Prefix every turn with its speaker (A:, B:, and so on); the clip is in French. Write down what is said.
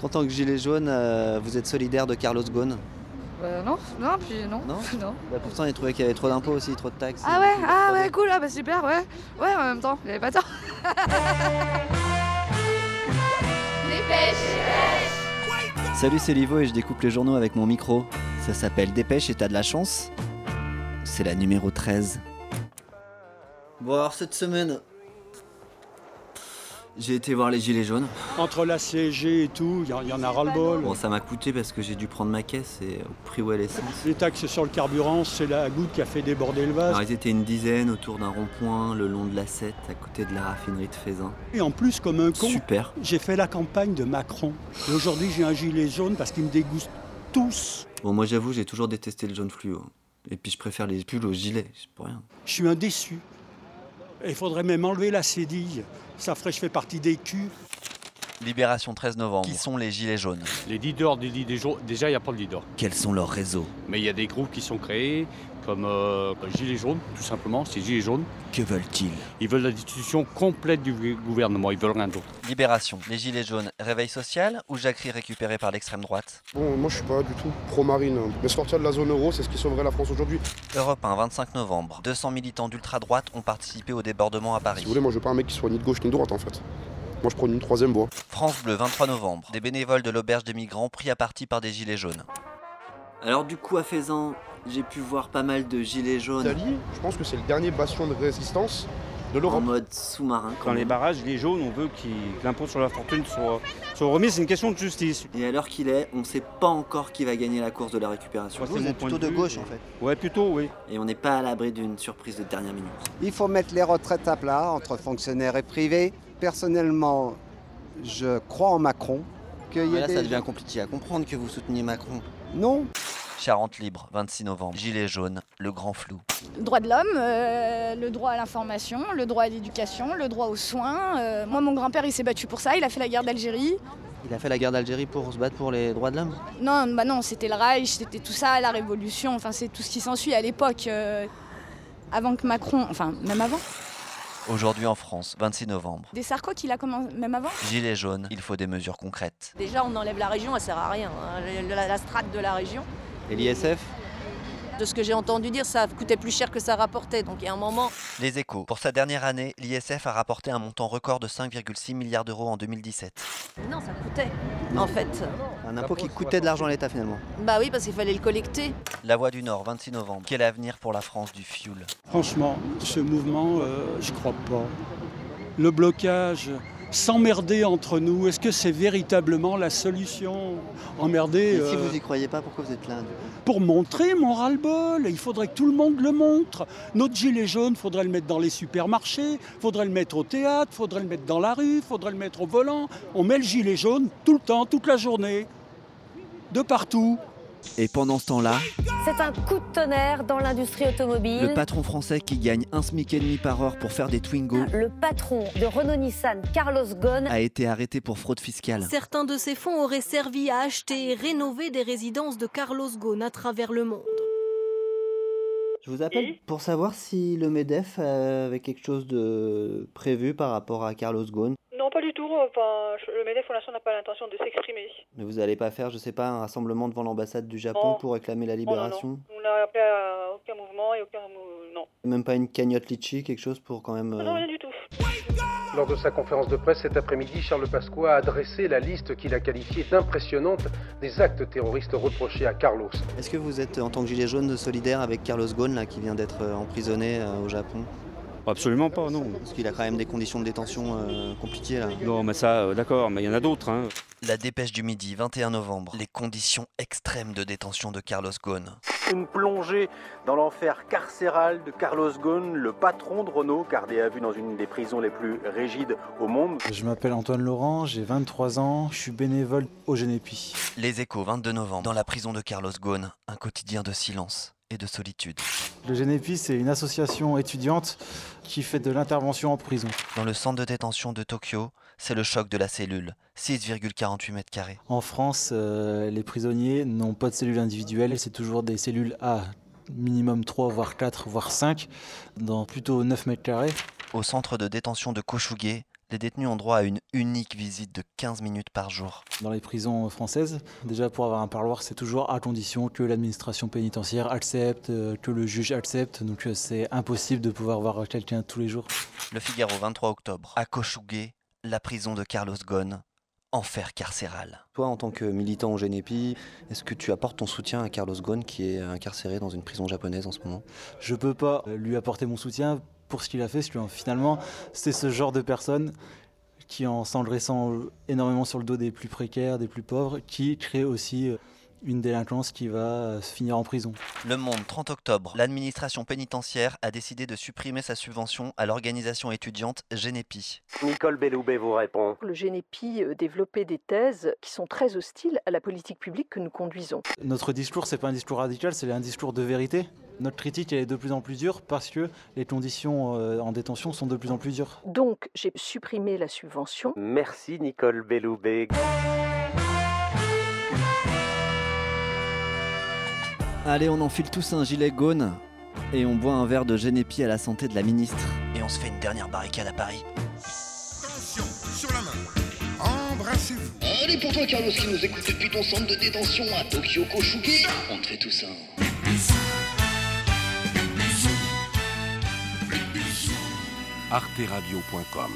A: qu'en tant que gilet jaune, euh, vous êtes solidaire de Carlos Ghosn
B: Bah, non, non, puis non.
A: Non
B: non.
A: Bah, Pourtant, il trouvait qu'il y avait trop d'impôts aussi, trop de taxes.
B: Ah ouais, ah ouais, cool, ah bah super, ouais. Ouais, en même temps, il avait pas tort.
A: Salut, c'est Livo et je découpe les journaux avec mon micro. Ça s'appelle Dépêche et t'as de la chance. C'est la numéro 13. Bon, alors cette semaine, j'ai été voir les Gilets jaunes.
C: Entre la CSG et tout, il y, en a ras-le-bol.
A: Bon, ça m'a coûté parce que j'ai dû prendre ma caisse et au prix où elle est essence.
C: Les taxes sur le carburant, c'est la goutte qui a fait déborder le vase.
A: Alors, ils étaient une dizaine autour d'un rond-point le long de la 7 à côté de la raffinerie de Faisin.
C: Et en plus, comme un con,
A: Super.
C: j'ai fait la campagne de Macron. Et aujourd'hui, j'ai un gilet jaune parce qu'ils me dégustent tous.
A: Bon, moi j'avoue, j'ai toujours détesté le jaune fluo. Et puis je préfère les pulls aux gilets, c'est pour rien.
C: Je suis un déçu. Et Il faudrait même enlever la cédille. Ça ferait, je fais partie des culs.
A: Libération 13 novembre. Qui sont les gilets jaunes
D: Les leaders des leaders jaunes, déjà il n'y a pas de leader.
A: Quels sont leurs réseaux
D: Mais il y a des groupes qui sont créés, comme euh, Gilets jaunes, tout simplement, c'est Gilets jaunes.
A: Que veulent-ils
D: Ils veulent la destitution complète du gouvernement, ils veulent rien d'autre.
A: Libération. Les gilets jaunes, réveil social ou jacquerie récupérée par l'extrême droite
E: Bon, moi je suis pas du tout pro-marine. hein. Mais sortir de la zone euro, c'est ce qui sauverait la France aujourd'hui.
A: Europe 1, 25 novembre. 200 militants d'ultra-droite ont participé au débordement à
E: Si
A: Paris.
E: vous voulez, moi je veux pas un mec qui soit ni de gauche ni de droite en fait. Moi je prends une troisième voie.
A: France Bleu, 23 novembre. Des bénévoles de l'auberge des migrants pris à partie par des gilets jaunes. Alors du coup, à Faisan, j'ai pu voir pas mal de gilets jaunes
E: L'Italie, je pense que c'est le dernier bastion de résistance de l'Europe.
A: mode sous-marin.
F: Dans les barrages, les jaunes, on veut qu'ils- que l'impôt sur la fortune soit, soit remis. C'est une question de justice.
A: Et à l'heure qu'il est, on ne sait pas encore qui va gagner la course de la récupération.
F: Moi, c'est mon point de, vue, mais- Ouais, plutôt, oui.
A: Et on n'est pas à l'abri d'une surprise de dernière minute.
G: Il faut mettre les retraites à plat entre fonctionnaires et privés. Personnellement, je crois en Macron. Qu'il y ait
A: Ah, là,
G: des-
A: ça devient compliqué à comprendre que vous souteniez Macron.
G: Non,
A: Charente libre, 26 novembre. Gilet jaune, le grand flou.
H: Le droit de l'homme, euh, le droit à l'information, le droit à l'éducation, le droit aux soins. euh, moi, mon grand-père, il s'est battu pour ça. Il a fait la guerre d'Algérie.
A: Il a fait la guerre d'Algérie pour se battre pour les droits de l'homme
H: Non, bah non, c'était le Reich, c'était tout ça, la révolution. Enfin, c'est tout ce qui s'ensuit à l'époque, euh, avant que Macron, enfin, même avant.
A: Aujourd'hui en France, 26 novembre.
H: Des Sarko qu'il a commencé, même avant.
A: Gilet jaune, il faut des mesures concrètes.
I: Déjà, on enlève la région, elle sert à rien. hein. La, la- la strate de la région,
A: Et l'ISF
I: de ce que j'ai entendu dire, ça coûtait plus cher que ça rapportait. Donc, il y a un moment,
A: Les échos. Pour sa dernière année, l'ISF a rapporté un montant record de 5,6 milliards d'euros en 2017.
I: non, ça coûtait, en fait.
A: Un impôt qui coûtait de l'argent à l'État finalement.
I: Bah oui, parce qu'il fallait le collecter.
A: La Voix du Nord, 26 novembre. Quel avenir pour la France du fioul
C: Franchement, ce mouvement, euh, je crois pas. Le blocage, s'emmerder entre nous, est-ce que c'est véritablement la solution Emmerder euh,
A: croyez pas, pourquoi vous êtes là
C: pour montrer mon ras-le-bol, il faudrait que tout le monde le montre. Notre gilet jaune, faudrait le mettre dans les supermarchés, faudrait le mettre au théâtre, faudrait le mettre dans la rue, faudrait le mettre au volant. On met le gilet jaune tout le temps, toute la journée, de partout.
A: Et pendant ce temps-là,
J: C'est un coup de tonnerre dans l'industrie automobile.
A: le patron français qui gagne un SMIC et demi par heure pour faire des Twingo
J: Le patron de Renault-Nissan, Carlos Ghosn,
A: a été arrêté pour fraude fiscale.
K: Certains de ces fonds auraient servi à acheter et rénover des résidences de Carlos Ghosn à travers le monde.
A: Je vous appelle pour savoir si le MEDEF euh, avait quelque chose de prévu par rapport à Carlos Ghosn.
B: Non, pas du tout. Enfin, le MEDEF, pour l'instant, n'a pas l'intention de s'exprimer.
A: Mais vous allez pas faire, je sais pas, un rassemblement devant l'ambassade du Japon
B: Non.
A: pour réclamer la
B: Oh, non, non.
A: libération
B: On n'a appelé à aucun mouvement et aucun. mou- Non.
A: Même pas une cagnotte litchi, quelque chose pour quand même... euh,
B: Non, rien du tout.
L: Lors de sa conférence de presse cet après-midi, Charles Pasqua a adressé la liste qu'il a qualifiée d'impressionnante des actes terroristes reprochés à Carlos.
A: Est-ce que vous êtes en tant que gilet jaune solidaire avec Carlos Ghosn là, qui vient d'être euh, emprisonné euh, au Japon
F: Absolument pas, non.
A: Parce qu'il a quand même des conditions de détention euh, compliquées là.
F: Non, mais ça, euh, d'accord, mais il y en a d'autres. hein.
A: La dépêche du midi, 21 novembre. Les conditions extrêmes de détention de Carlos Ghosn.
L: Une plongée dans l'enfer carcéral de Carlos Ghosn, le patron de Renault, gardé à vue dans une des prisons les plus rigides au monde.
C: Je m'appelle Antoine Laurent, j'ai 23 ans, je suis bénévole au Génépi.
A: Les échos, 22 novembre. Dans la prison de Carlos Ghosn, un quotidien de silence et de solitude.
C: Le Génépi, c'est une association étudiante qui fait de l'intervention en prison.
A: Dans le centre de détention de Tokyo, c'est le choc de la cellule, 6,48 mètres carrés.
C: En France, euh, les prisonniers n'ont pas de cellules individuelles, c'est toujours des cellules à minimum 3, voire 4, voire 5, dans plutôt 9 mètres carrés.
A: Au centre de détention de Kochuge, les détenus ont droit à une unique visite de 15 minutes par jour.
M: Dans les prisons françaises, déjà pour avoir un parloir, c'est toujours à condition que l'administration pénitentiaire accepte, euh, que le juge accepte. Donc euh, c'est impossible de pouvoir voir quelqu'un tous les jours.
A: Le Figaro, 23 octobre. À Cochouguet, la prison de Carlos Ghosn. Enfer carcéral.
N: Toi, en tant que militant au Génépi, est-ce que tu apportes ton soutien à Carlos Ghosn qui est incarcéré dans une prison japonaise en ce moment
M: Je peux pas lui apporter mon soutien pour ce qu'il a fait, parce que finalement, c'est ce genre de personne qui, en s'engraissant énormément sur le dos des plus précaires, des plus pauvres, qui crée aussi euh, une délinquance qui va se finir en prison.
A: Le Monde, 30 octobre. L'administration pénitentiaire a décidé de supprimer sa subvention à l'organisation étudiante E Génépi.
O: Nicole Belloubet vous répond.
B: Le Génépi euh, développait des thèses qui sont très hostiles à la politique publique que nous conduisons.
M: Notre discours, c'est pas un discours radical, c'est un discours de vérité. Notre critique elle est de plus en plus dure parce que les conditions euh, en détention sont de plus en plus dures.
B: Donc j'ai supprimé la subvention.
O: Merci Nicole Belloubet.
N: Allez, on enfile tous un gilet gaune et on boit un verre de Génépi à la santé de la ministre.
A: Et on se fait une dernière barricade à Paris.
P: Attention, sur la main. Embrassez-vous.
Q: Allez pour toi, Carlos, qui nous écoute depuis ton centre de détention à Tokyo Kosuke. On te fait tout ça.
R: arteradio.com